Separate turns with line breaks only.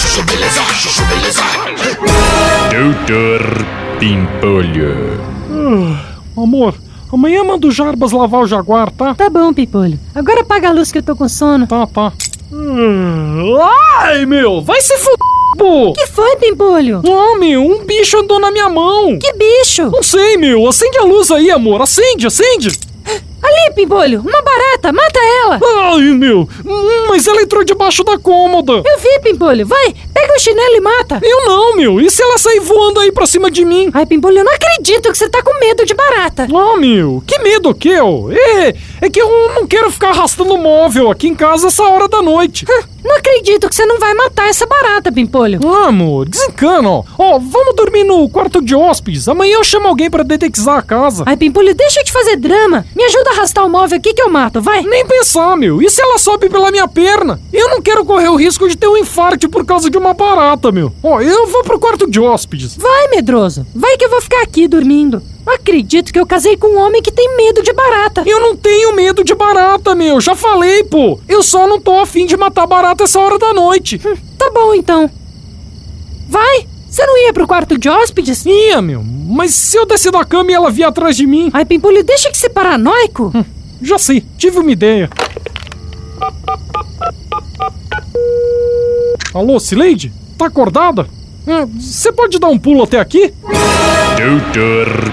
chuchu beleza, chuchu beleza.
Doutor Pimpolho.
Amor, amanhã manda o Jarbas lavar o Jaguar, tá?
Tá bom, Pipolho. Agora apaga a luz que eu tô com sono.
Tá, tá. Ai, meu, vai se fuder, pô!
Que foi, Pipolho?
Ah, meu, um bicho andou na minha mão.
Que bicho!
Não sei, meu, acende a luz aí, amor, acende, acende.
Ali, Pipolho! Uma barata! Mata ela!
Ai, meu, hum, mas ela entrou debaixo da cômoda.
Eu vi, Pimpolho! Vai! Pega o chinelo e mata!
Eu não, meu, e se ela sair voando aí pra cima de mim?
Ai, Pimpolho, eu não acredito que você tá com medo de barata!
Ah, meu, que medo que eu! É, é que eu não quero ficar arrastando móvel aqui em casa essa hora da noite.
Hã, Não acredito que você não vai matar essa barata, Pimpolho!
Ah, amor, desencana, ó. Ó, vamos dormir no quarto de hóspedes. Amanhã eu chamo alguém pra detectar a casa.
Ai, Pimpolho, deixa eu te fazer drama! Me ajuda a arrastar o móvel aqui que eu mato, vai!
Nem pensar, meu. E se ela sobe pela minha perna? Eu não quero correr o risco de ter um infarto por causa de uma barata, meu. Ó, eu vou pro quarto de hóspedes.
Vai, medroso! Vai que eu vou ficar aqui dormindo! Não acredito que eu casei com um homem que tem medo de barata!
Eu não tenho medo de barata, meu. Já falei, pô. Eu só não tô afim de matar barata essa hora da noite.
Tá bom, então. Vai! Você não ia pro quarto de hóspedes?
Ia, meu. Mas se eu descer da cama e ela vier atrás de mim...
Ai, Pimpolho, deixa de ser paranoico!
Já sei, tive uma ideia. Alô, Cileide? Tá acordada? É, Você pode dar um pulo até aqui?
Doutor